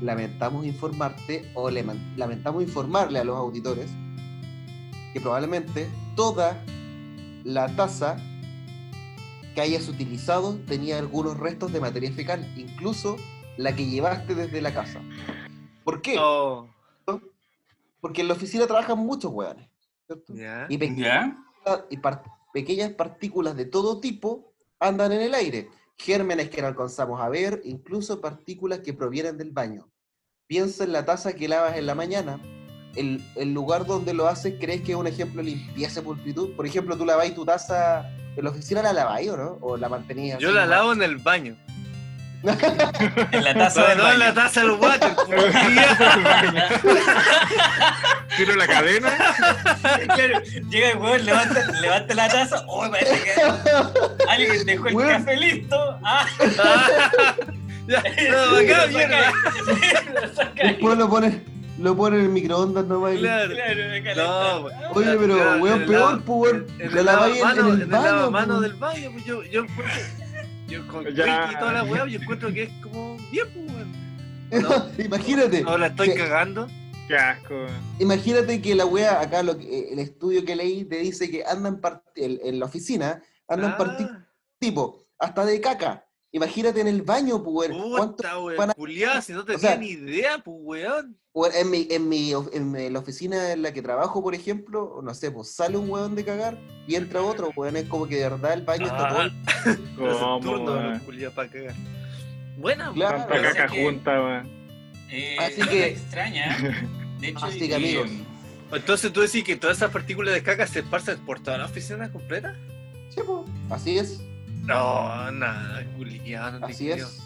B: Lamentamos informarte o le man- lamentamos informarle a los auditores que probablemente toda la taza que hayas utilizado tenía algunos restos de materia fecal, incluso la que llevaste desde la casa. ¿Por qué?
C: Oh,
B: Porque en la oficina trabajan muchos hueones. ¿cierto?
C: ya.
B: Y, pequeñas-
D: ¿Ya?
B: y par- pequeñas partículas de todo tipo andan en el aire. Gérmenes que no alcanzamos a ver, incluso partículas que provienen del baño. Piensa en la taza que lavas en la mañana. El, el lugar donde lo haces, ¿crees que es un ejemplo de limpieza y pulcritud? Por ejemplo, tú laváis tu taza en la oficina, ¿la laváis o no? ¿O la mantenías?
C: Yo
B: así
C: la
B: nomás?
C: lavo en el baño.
D: En la taza
C: Pero
D: del
C: no en la
D: baño.
C: taza del water. culiao.
E: Tiro la cadena.
D: Claro, llega el weón, levanta, levanta la taza. Uy, parece que alguien dejó el
B: Weón.
D: café listo. Ah,
C: Ah, ya, no, acá,
D: lo
C: mierda.
D: saca- lo saca ahí.
B: Después lo pones lo pones en el microondas nomás. y-
C: Claro.
D: Claro, acá
C: No,
D: la-
C: weón.
B: Oye, pero,
C: Claro,
B: weón,
C: en el
B: peor,
C: lava-
B: pues, weón,
C: en- en
B: la
C: el
B: laváis en
C: lavamano-
B: el
C: en el
B: baño,
C: lavamano
B: pues.
C: del baño. pues, Yo, yo encuentro. Yo con
E: Ya.
C: Quickie y toda la weá, yo encuentro que es como bien, pues, weón.
B: Imagínate.
C: No la estoy
B: que-
C: cagando.
E: Qué asco.
B: Imagínate que la wea, acá lo que- eh, el estudio que leí te dice que andan part- el- en la oficina, andan
C: Ah,
B: partículas tipo, hasta de caca. Imagínate en el baño, pues, weón, cuánto-
C: Puta,
B: van
C: weón.
B: a-
C: Culiado, si no te
B: O sea-
C: tenía ni idea, pues, weón.
B: weón, en, mi, en, mi of- en mi- la oficina en la que trabajo, por ejemplo, no sé, pues sale un weón de cagar y entra otro, weón, es como que de verdad el baño está
C: Ah,
B: todo...
C: pero es Ah, un turno,
E: weón?
C: weón, culiao, para cagar. Buena, weón.
B: Claro.
E: Tanta caca
D: Así que-
E: junta, weón.
D: Eh,
B: Así
D: no
B: que-
D: me extraña. De hecho,
B: Así que,
D: eh,
B: amigos.
C: Entonces tú decís que todas esas partículas de caca se esparcen por toda la oficina completa?
B: Sí, po, así es,
C: No, nada, culiado, no te
B: así
C: creo.
B: es.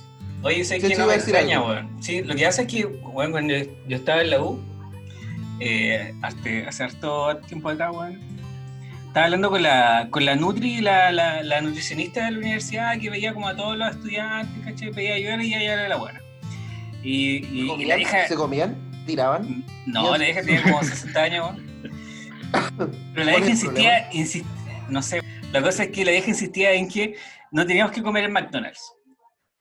D: Oye, sé
B: Sí,
D: que
B: sí,
D: no
B: iba
D: me
B: a decir
D: extraña,
B: algo.
D: weón. Sí, lo que pasa es que, weón, cuando yo, yo estaba en la U, eh, hace, hace harto tiempo acá, weón, estaba hablando con la, con la Nutri, la, la, la nutricionista de la universidad, que veía como a todos los estudiantes, ¿cachai? Pedía ayuda y ella era la buena. Y, y, y la
B: Comían,
D: hija.
B: Se comían, tiraban.
D: No, la hija tiene como 60 años, weón. Pero la
B: ¿Cuál
D: vieja
B: es el
D: insistía, insis- no sé, la cosa es que la vieja insistía en que no teníamos que comer en McDonald's.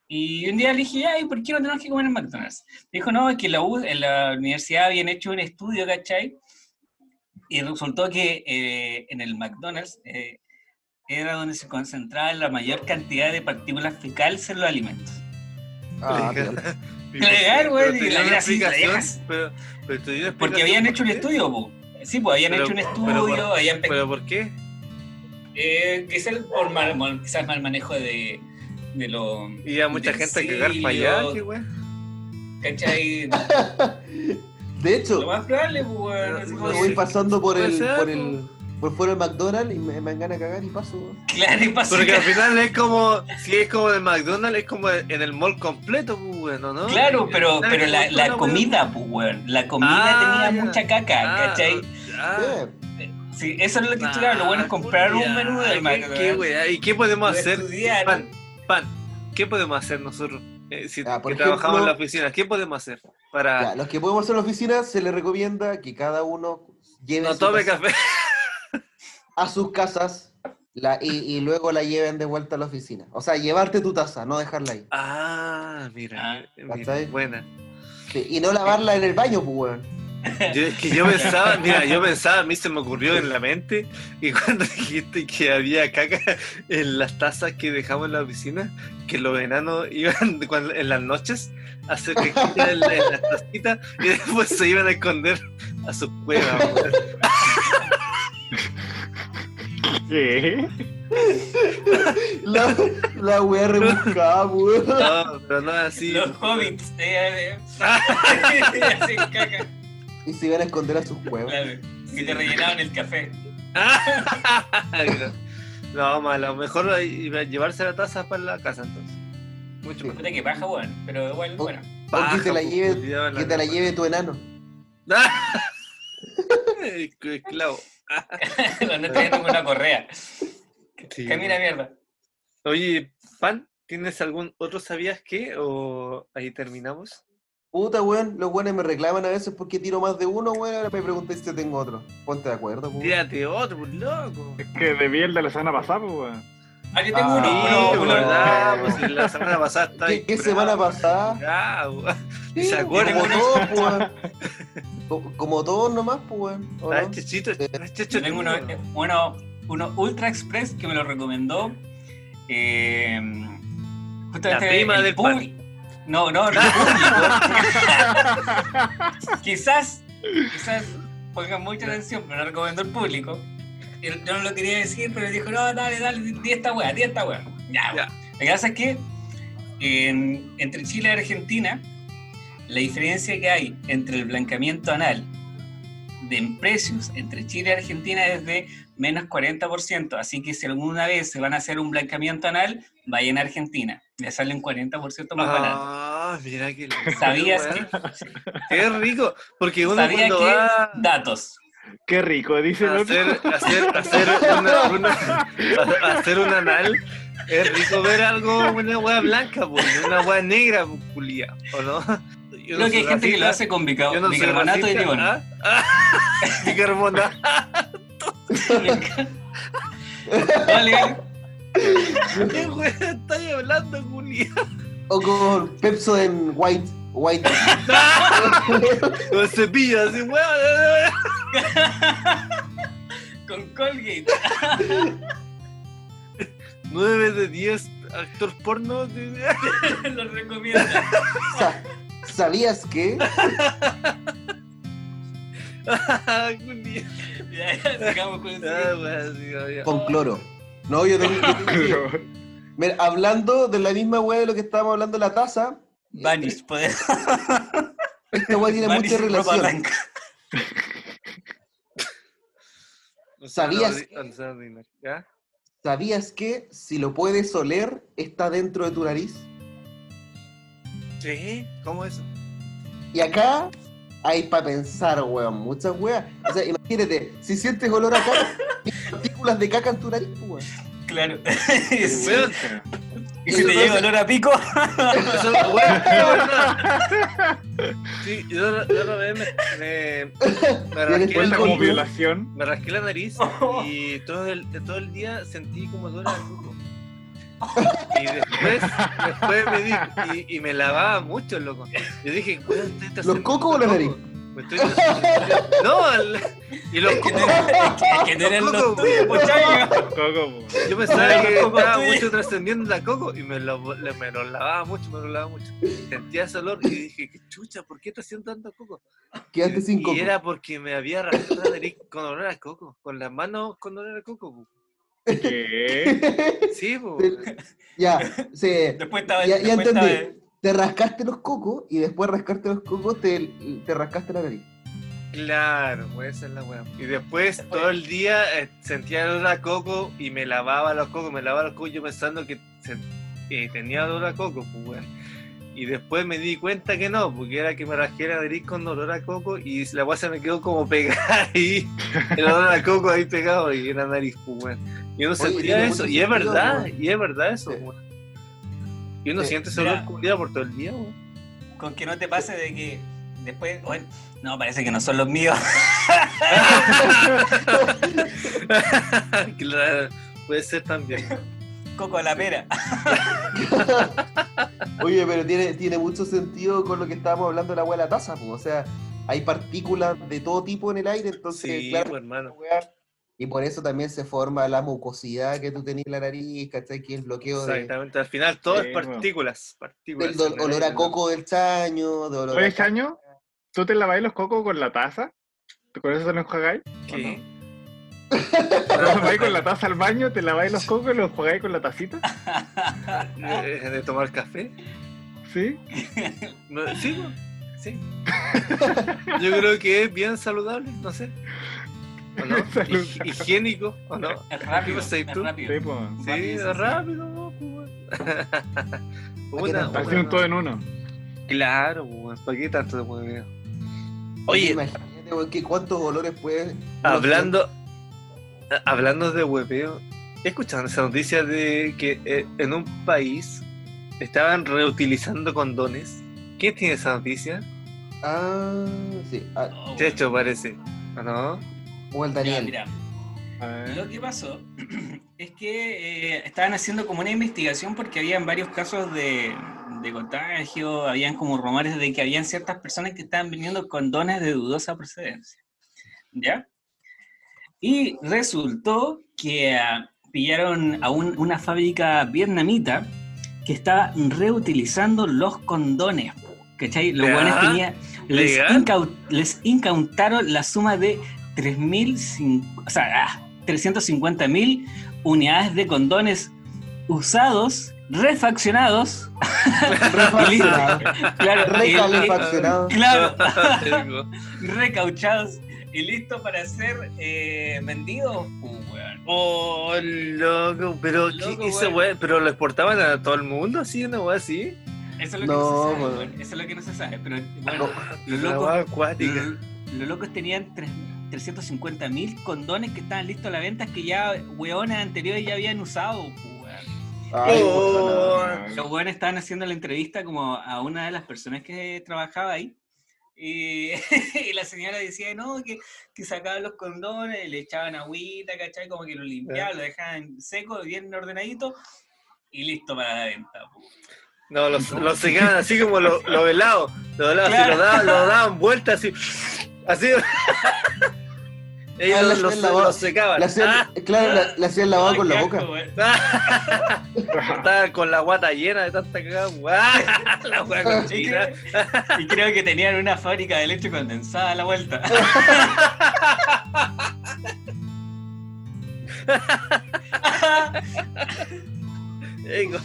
D: Y un día le dije, ay, ¿por qué no tenemos que comer en McDonald's? Me dijo, no, es que en la, U- en la universidad habían hecho un estudio, ¿cachai? Y resultó que eh, en el McDonald's eh, era donde se concentraba la mayor cantidad de partículas fecales en los alimentos.
B: Ah, mira.
D: Claro,
C: Pero
D: güey,
C: te
D: y
C: dio
D: la
C: una
D: mira así, la
C: explicación,
D: dejas.
C: Pero, pero te dio una
D: Porque
C: explicación
D: habían
C: por
D: hecho un
C: qué.
D: estudio, po. Sí, pues habían
C: Pero-
D: hecho un
C: pero
D: estudio,
C: por-
D: habían pe-
C: ¿Pero por qué?
D: Eh, quizás por mal, mal- quizás mal manejo de, de lo.
C: Y ya
D: Pues
C: mucha gente a cagar para allá, qué güey.
D: ¿Cachai?
B: De
D: lo
B: hecho,
D: más probable, pues, weón, así como
B: Me
D: dice.
B: voy pasando por
C: Puede
B: el,
C: ser,
B: por el por fuera del McDonald's y me, me dan ganas de cagar y paso.
D: Claro, y pasa.
C: Porque al final es como, si es como de McDonald's, es como en el mall completo, pues, güey, ¿no? ¿no?
D: Claro, pero,
C: Claro,
D: pero
C: que
D: la,
C: por
D: la
C: fuera, güey.
D: comida, pues, weón. La comida
C: Ah,
D: tenía
C: ya.
D: mucha caca,
C: Ah,
D: ¿cachai?
C: ah,
B: Sí.
D: Sí, eso es lo que estudiaba. Lo bueno es
C: ah,
D: comprar un
C: culiao,
D: menú del
C: ¿qué-
D: McDonald's.
C: qué, güey? Ah, ¿Y qué podemos
D: Lo
C: hacer?
D: estudiaron.
C: Pan, pan, ¿qué podemos hacer nosotros? Eh, si
B: Ah, por
C: que trabajamos en la
B: ejemplo-
C: oficina, ¿qué podemos hacer? Para.
B: Ya, los que podemos hacer en la oficina se les recomienda que cada uno lleven
C: No
B: su
C: tome
B: taza
C: café.
B: a sus casas la- y, y luego la lleven de vuelta a la oficina. O sea, llevarte tu taza, no dejarla ahí.
C: Ah, mira.
D: Ah,
C: mira,
B: ¿cachai?
C: buena.
B: Sí, y no lavarla en el baño, pues, weón.
C: Yo, es que yo pensaba, mira, yo pensaba, a mí se me ocurrió en la mente, y cuando dijiste que había caca en las tazas que dejamos en la oficina, que los enanos iban cuando- en las noches a hacer cajita en, la- en las tacitas y después se iban a esconder a sus cuevas. weón.
E: ¿Qué?
B: La, la weá rebuscada, pues, weón.
C: No, pero no así.
D: Los hobbits. eh, eh. Hacen caca.
B: Y se iban a esconder a sus cuevas.
D: Claro. Que te rellenaban el café.
C: No, más, a lo mejor iba a llevarse la taza para la casa entonces. Mucho mejor.
D: Puta que paja, weón. Pero igual,
C: Oh.
D: bueno.
B: O que te la
C: pues,
B: lleve-
C: culiao,
B: Que te la lleve tu enano.
C: Esclavo.
D: Cuando te tengo una correa.
C: Sí.
D: Camina mierda.
C: Oye, Pan, ¿tienes algún otro sabías qué? ¿O ahí terminamos?
B: Puta, weón, los weones me reclaman a veces porque tiro más de uno, weón. Ahora me preguntáis si tengo otro. Ponte de acuerdo, pues, weón.
C: Tírate otro, pues, loco.
E: Es que debí el de la semana pasada, pues, weón.
D: Ah, yo tengo
B: Ah,
D: uno, uno,
C: Sí,
B: no,
D: uno.
C: ¿verdad?
B: no.
C: Pues en la semana pasada está
B: ¿Qué, qué semana pasada?
C: ¿Y se acuerdan?
B: Como todos, pues, weón. Co- Como todos nomás, pues, weón.
D: Ah,
B: ¿o
C: Está
B: no?
D: este
C: chichito, está chichito.
D: Yo tengo uno, eh, uno, uno Ultra Express que me lo recomendó. eh, justamente
C: La prima
D: el
C: del
D: pub- No, no, no. público. quizás, quizás pongan mucha atención, pero lo recomendó el público. Él- Yo no lo quería decir, pero dijo, no, dale, dale, di esta weá, di esta weá. Ya,
C: Ya.
D: Lo que pasa es que en- entre Chile y Argentina, la diferencia que hay entre el blanqueamiento anal de en precios entre Chile y Argentina es de menos 40%. Así que si alguna vez se van a hacer un blanqueamiento anal, vayan a Argentina. Le sale un 40% más barato.
C: Ah, mira que lo
D: ¿Sabías que?
C: Qué rico, porque uno
D: ¿Sabía
C: cuando
D: que?
C: va
D: Datos.
E: Qué rico, dice el otro.
C: hacer, hacer, hacer, una, una- a- hacer un anal. Es rico ver algo, una hueá blanca, pues, una hueá negra, pues, culia, ¿o no? Yo no
D: Creo que hay
C: soy
D: gente que lo
C: racista,
D: hace con bica-
C: yo no soy
D: bicarbonato de
C: racista,
D: limón.
C: ¿ah? Bicarbonato.
D: Vale.
C: ¿Qué hueá estás hablando, culia?
B: O con Pepsi en White. White.
C: Con cepillo, así, hueá.
D: Con Colgate.
C: 9 de 10 actor porno. de-
D: lo recomiendo.
B: Sa- ¿Sabías que?
C: Culia.
D: Ya, ya, sigamos con el
C: Ah,
D: siguiente.
C: hueá, sí, ya.
B: Con cloro. No, yo tengo. yo tengo- Mira, hablando de la misma weá de lo que estábamos hablando de la taza,
D: Vanish, poder.
B: esta weá tiene
D: Vanish,
B: mucha
D: ropa
B: relación.
D: blanca.
C: No sé,
B: ¿Sabías
C: no,
B: que-
C: no sé, no, ¿ya?
B: ¿Sabías que si lo puedes oler, está dentro de tu nariz?
C: ¿Qué? ¿Cómo eso?
B: Y acá hay para pensar, weón, muchas weas. O sea, imagínate, si sientes olor a caca, tienes partículas de caca en tu nariz, pues, weón.
D: Claro. Sí.
C: Weón,
D: Y si te llega olor a pico.
C: Eso, bueno, es verdad. Sí, yo la la otra vez me, me, me, rasqué la
E: Cuenta como
B: Con-
C: nariz,
E: violación.
C: me rasqué la nariz y todo el, todo el día sentí como dolor al coco. Y después, después me di, y, y me lavaba mucho, loco. Yo dije, "Weón, usted está
B: ¿Los
C: haciendo
B: cocos o la
C: coco".
B: nariz?
C: Me estoy- No, al- y los
D: que
C: cocos.
D: tener- hay que tener los tuyos, pochayo.
E: Coco, pues.
C: Yo pensaba que
D: Los cocos
C: estaba
D: tuyos.
C: mucho trascendiendo la coco y me lo, le- me lo lavaba mucho, me lo lavaba mucho. Sentía ese olor y dije, "Qué chucha, ¿por qué está haciendo tanto coco?
B: Quedaste sin
C: y
B: coco.
C: era porque me había rascado la nariz con olor a coco, con las manos con olor a coco. pu.
E: ¿Qué?
C: Sí, pu.
B: Del- Ya, se,
D: Después estaba.
B: Ya- ya
D: después estaba-
C: eh.
B: entendí. te rascaste los cocos y después de rascarte los cocos te, te rascaste la nariz.
C: claro, pues esa es la weá. Y después todo el día eh, sentía el olor a coco y me lavaba los cocos, me lavaba los cocos yo pensando que se- que tenía olor a coco, pu, weón. Y después me di cuenta que no, porque era que me rasqué la nariz con olor a coco y la weá se me quedó como pegada ahí, el olor a coco ahí pegado y en la nariz, pues, weón. Y uno sentía
B: tiene
C: eso,
B: mucho
C: y es
B: sentido,
C: verdad,
B: weón.
C: y es verdad eso, pues,
B: Sí.
C: weón. Y uno
B: Sí,
C: siente ese
D: mira.
C: olor culiao por todo el día, weón.
D: Con que no te pase de que Después, bueno, no, parece que no son los míos.
C: Claro, puede ser también.
D: Coco a la pera.
C: Ah.
B: Oye, pero tiene, tiene mucho sentido con lo que estábamos hablando de la abuela taza, pues. O sea, hay partículas de todo tipo en el aire, entonces,
C: Sí,
B: claro,
C: pues, hermano.
B: weá, y por eso también se forma la mucosidad que tú tenés en la nariz, ¿cachai? Que el bloqueo de-
C: Exactamente, al final todo
E: Sí,
C: es
E: bueno.
C: partículas. partículas
B: del do- olor a coco del chaño, de olor a-
E: Oye, Chaño, ¿tú te laváis los cocos con la taza? ¿Tú ¿Con eso te lo enjuagáis?
C: ¿Qué?
E: ¿Te los vais con la taza al baño? ¿Te laváis los cocos y los enjuagáis con la tacita?
C: eh, ¿De de tomar café?
E: ¿Sí?
C: No, sí, po, sí. Yo creo que es bien saludable, no sé. ¿O no?
E: Saludable.
C: Hig- Higiénico, ¿o no?
D: Es rápido,
C: ¿Qué pensáis
D: es
C: tú?
E: Sí,
D: rápido.
E: pues.
C: Sí,
D: Rápido, sí,
C: rápido. po, weón. Una-
B: tanto?
E: Está haciendo
C: una-
E: todo en uno.
C: Claro, weón, ¿para qué tanto de hueveo?
B: Oye,
C: Oye,
B: imagínate, weón, que cuántos olores puedes.
C: hablando, a- hablando de hueveo, he escuchado esa noticia de que eh, en un país estaban reutilizando condones. ¿Quién tiene esa noticia?
B: Ah, sí. ah,
D: Oh, bueno.
C: Checho parece. ¿o ¿No?
B: o el
D: Ya,
B: Daniel.
D: mira,
E: A ver.
D: Lo que pasó es que eh, estaban haciendo como una investigación porque habían varios casos de, de contagio, habían como rumores de que habían ciertas personas que estaban vendiendo condones de dudosa procedencia. ¿Ya? Y resultó que ah, pillaron a un- una fábrica vietnamita que estaba reutilizando los condones. ¿Cachai? Los
C: Ya,
D: buenos tenían. Les,
C: legal.
D: incau- les incautaron la suma de 3.005 o sea, ah, 350.000 unidades de condones usados, refaccionados.
B: Refaccionado.
D: Claro, y-
B: Recalefaccionado.
D: y- claro,
C: Digo,
D: recauchados y listos para ser eh, vendidos. Uh, weón.
C: oh, loco, pero ¿qué
D: Loco,
C: hizo,
D: weón.
C: weón? ¿Pero lo exportaban a todo el mundo así, una weá así?
D: Eso es lo que
B: No,
D: no se sabe.
B: weón.
D: weón. Eso es lo que no se sabe. Pero bueno,
B: No,
D: los
C: Una
D: locos
C: weá acuática.
D: Los locos tenían 350 mil condones que estaban listos a la venta que ya hueones anteriores ya habían usado. pu, weón.
B: ay,
C: Oh.
B: weón.
D: Los hueones estaban haciendo la entrevista como a una de las personas que trabajaba ahí. Y, y la señora decía, no, que, que sacaban los condones, le echaban agüita, ¿cachai? Como que lo limpiaban, lo dejaban seco, bien ordenadito, y listo para la venta. pues". pu.
C: No, los, los secaban así como lo, lo velado. Lo velado, así,
D: Claro.
C: lo daban, lo daban vuelta así. Así. Ellos
B: Ah, le
C: los,
B: hacían
C: los-
B: la voz.
C: los secaban.
B: Le hacían,
C: Ah,
B: claro, la- le hacían lavado
D: Ay,
B: con la
D: qué
B: boca.
D: asco, weón.
C: estaban con la guata llena de tanta cagada. ¡Guau! La weá
B: Ah,
D: Y
C: cochina.
D: creo, y creo que tenían una fábrica de leche condensada a la vuelta.
C: Eh, go-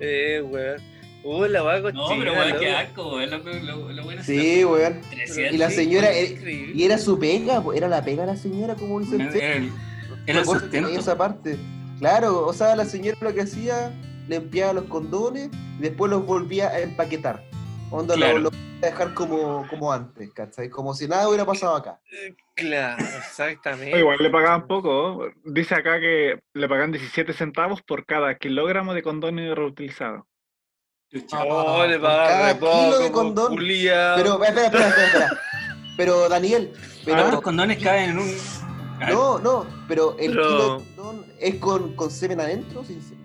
C: Eh, weón. Uh, la weá cochina.
D: No, pero bueno,
C: loco.
D: qué asco, weón, lo, lo- lo bueno es
B: Sí, weón.
D: que-
B: Y la señora,
C: Sí,
B: eh,
C: increíble.
B: Y era su pega, po, era la pega de la señora, como dice
D: Era
B: usted.
D: el- era el
B: Recuerdo que
D: sustento.
B: tenía esa parte. Claro, o sea, la señora lo que hacía, limpiaba los condones y después los volvía a empaquetar. Onda, lo-
D: Claro.
B: lo volvía a dejar como, como antes, ¿cachai? Como si nada hubiera pasado acá.
C: Claro, exactamente.
E: Oye, Igual le pagaban poco. ¿oh? Dice acá que le pagan 17 centavos por cada kilogramo de condones reutilizados.
C: Oh, le
B: Por
C: pagaban
B: cada
C: re poco,
B: kilo de
C: como
B: condón.
C: culiao.
B: Pero, espera, espera, espera. espera. Pero, Daniel,
D: ¿Cuántos
B: pero,
D: condones caben en un.? A ver,
B: no, no, pero el
C: Pero-
B: kilo de condón es con, con semen adentro, sin semen?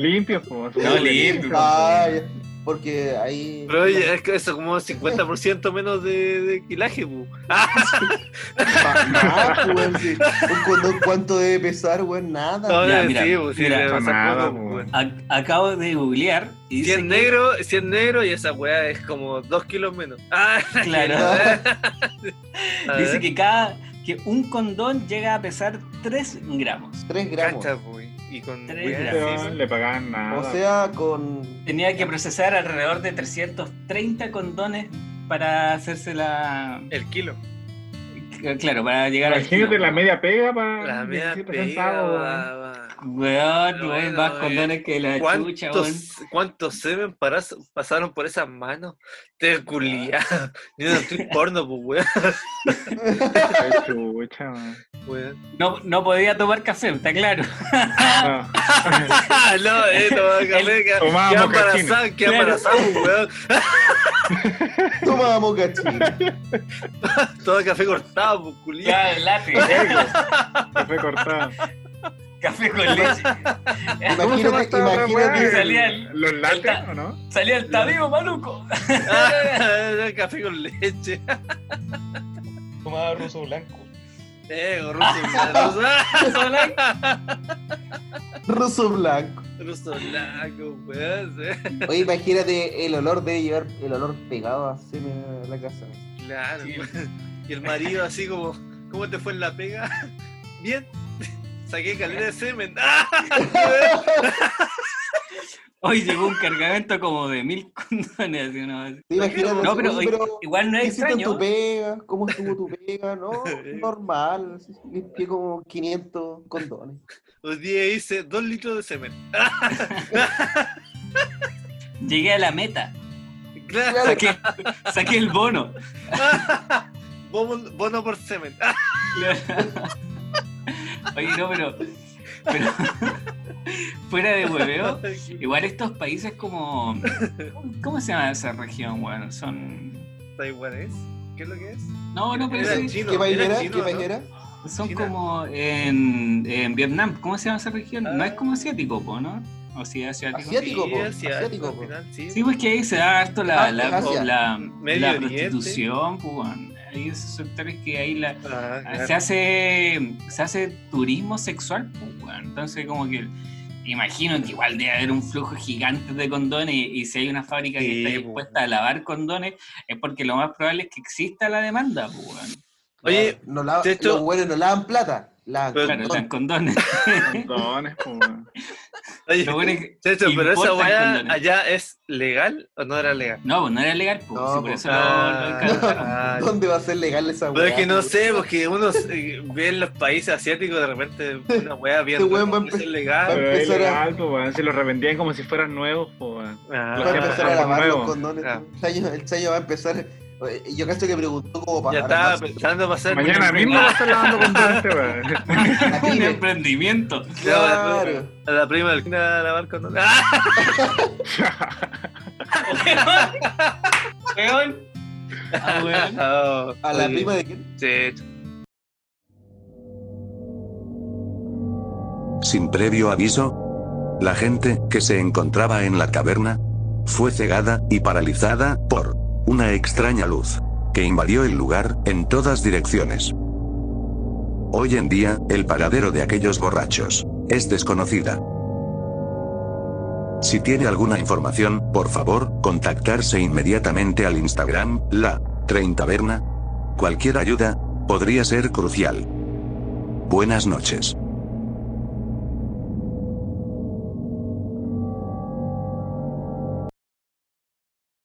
E: Limpios, pues.
D: No, limpio.
B: Ah, ya. porque ahí.
C: Pero oye, es que eso como 50% menos de, de quilaje, pu. Ah,
B: Ah, weón, sí. Un condón, ¿cuánto debe pesar, weón? Nada.
C: no,
D: Ya,
C: sí,
D: mira,
C: pu, sí,
D: mira.
C: debe
E: Para
C: pasar
E: nada,
C: poco,
E: pu.
C: weón.
D: ac- acabo de googlear y
C: Si
D: dice
C: es
D: que-
C: negro, si es negro y esa weá es como 2 kilos menos. Ah,
D: Claro.
C: a ver,
D: Dice que cada. que un condón llega a pesar 3 gramos.
B: 3 gramos.
C: cacha, pu, pues, Y con
D: Tres
C: weá
D: gramos.
C: así,
E: Le pagaban nada.
B: O sea, con.
D: Tenía que procesar alrededor de 330 condones para hacerse la.
C: el kilo.
D: Claro, para llegar al. kilo.
E: Imagínate la media pega
C: La
E: para
C: media
E: 17
C: pega.
E: centavos.
C: va, va.
D: Weón,
C: Pero
D: weón,
C: bueno,
D: más
C: weón.
D: condones que la chucha, weón.
C: ¿Cuántos, cuántos semen paras- pasaron por esas manos? Te culia. Yo no estoy porno, pues,
E: Ay, chucha, man.
C: weón.
D: No, no podía tomar café, está claro.
E: No.
C: no, eh, no, café, que
E: Tomaba
C: que
E: mocachino.
C: embarazado, que
D: Claro.
C: embarazado, weón.
B: Toma mocachín.
C: Todo café cortado, pues, culiao.
D: Ya, late.
E: Café cortado.
D: Café con leche.
E: ¿Cómo se
B: Imagínate,
E: llama esta otra weá?
D: que
B: imagínate.
D: salía
E: ¿El-
D: el-
E: ¿Los
D: el
E: lates
D: ta-
E: o no?
D: Salía el tabio, maluco.
C: Ah, café con leche.
G: Tomaba ruso blanco.
C: Eh, ruso, ruso, ruso blanco.
B: Ruso blanco.
C: Ruso blanco, weón. eh.
B: Oye, imagínate el olor de llevar el olor pegado así en la casa.
C: Claro.
D: Sí.
C: weón. Y el marido así como, ¿cómo te fue en la pega? Bien. Saqué calera de semen. ¡Ah!
D: Hoy llegó un cargamento como de mil condones. así, una vez.
B: ¿Te imaginas?
D: No, pero, hoy- igual no
B: ¿qué
D: es
B: hiciste en tu
D: extraño.
B: pega? ¿Cómo estuvo tu pega? No, normal. así, Limpié como 500 condones.
C: Los día hice dos litros de semen.
D: Llegué a la meta.
C: Claro.
B: Claro,
D: Saqué, saqué el bono.
C: Bono, bono por semen. ¡Ah!
D: Oye, no, pero. pero fuera de hueveo.
C: Está
D: Igual estos países como. ¿Cómo se llama esa región, weón? Son.
C: igual, ¿eh? ¿Qué es lo que es?
D: No, no, pero
C: Era
D: son,
C: chino,
B: ¿Qué
C: era
B: bailera?
C: chino,
B: ¿Qué
C: ¿no?
B: bailera?
D: son
C: China.
D: como en, en Vietnam. ¿Cómo se llama esa región? No
C: Ah.
D: es como asiático, po, ¿no? O sí, asiático.
B: Asiático. po,
C: Sí, hacia-
B: asiático,
C: al
B: po.
C: final, sí. Ah,
D: Sí, pues que ahí se da harto la,
B: Ah,
D: la,
B: en Asia.
D: la-
C: Medio
D: la
C: Oriente.
D: prostitución, pues, weón. Hay esos sectores que ahí la,
C: Ah, claro.
D: se hace se hace turismo sexual pues, weón. entonces como que imagino que igual debe haber un flujo gigante de condones y, si hay una fábrica que
C: Sí,
D: está
C: pues,
D: dispuesta a lavar condones es porque lo más probable es que exista la demanda pues, weón.
C: Oye,
B: Ah, no la,
C: de hecho-
B: los buenos no lavan plata. La
C: Pero-
D: claro están condones
E: Condones, po, weón.
C: oye,
D: Lo bueno es que-
C: Checho, pero esa
D: importan
C: weá
D: condones.
C: allá es legal o no era legal?
D: no pues no era legal pues,
B: No,
D: sí, por
B: pues.
D: eso lo- lo encarcelaron.
C: Ah,
B: ¿Dónde va a ser legal esa
C: pero es que no
B: weá?
C: sé, pues, porque uno eh, ve en los países asiáticos de repente una weá bien
B: Este weón va a
C: es
B: empe-
C: legal.
E: Pero es
B: empezar a-
E: ilegal, po, weón. Se los revendían como si fueran nuevos, po, weón.
C: Ah,
B: Va a empezar a
E: Ah,
B: lavar los
E: nuevo.
B: condones.
C: Ah.
B: El Chayo, el Chayo va a empezar. Oye, Yo cacho que preguntó como para.
C: ya estaba pensando pasar
E: Mañana mismo va a estar lavando condones este, weón.
B: La
D: un
B: pyme.
D: emprendimiento
B: Claro.
C: a la prima del a lavar con ¡Ah!
D: Weón. Ah, weón.
C: Oh,
B: A la
C: oye,
B: prima de quién?
C: Checho.
A: sin previo aviso. La gente que se encontraba en la caverna fue cegada y paralizada por una extraña luz que invadió el lugar en todas direcciones. Hoy en día, el paradero de aquellos borrachos es desconocida. Si tiene alguna información, por favor, contactarse inmediatamente al Instagram, la 30 Taberna. Cualquier ayuda podría ser crucial. Buenas noches.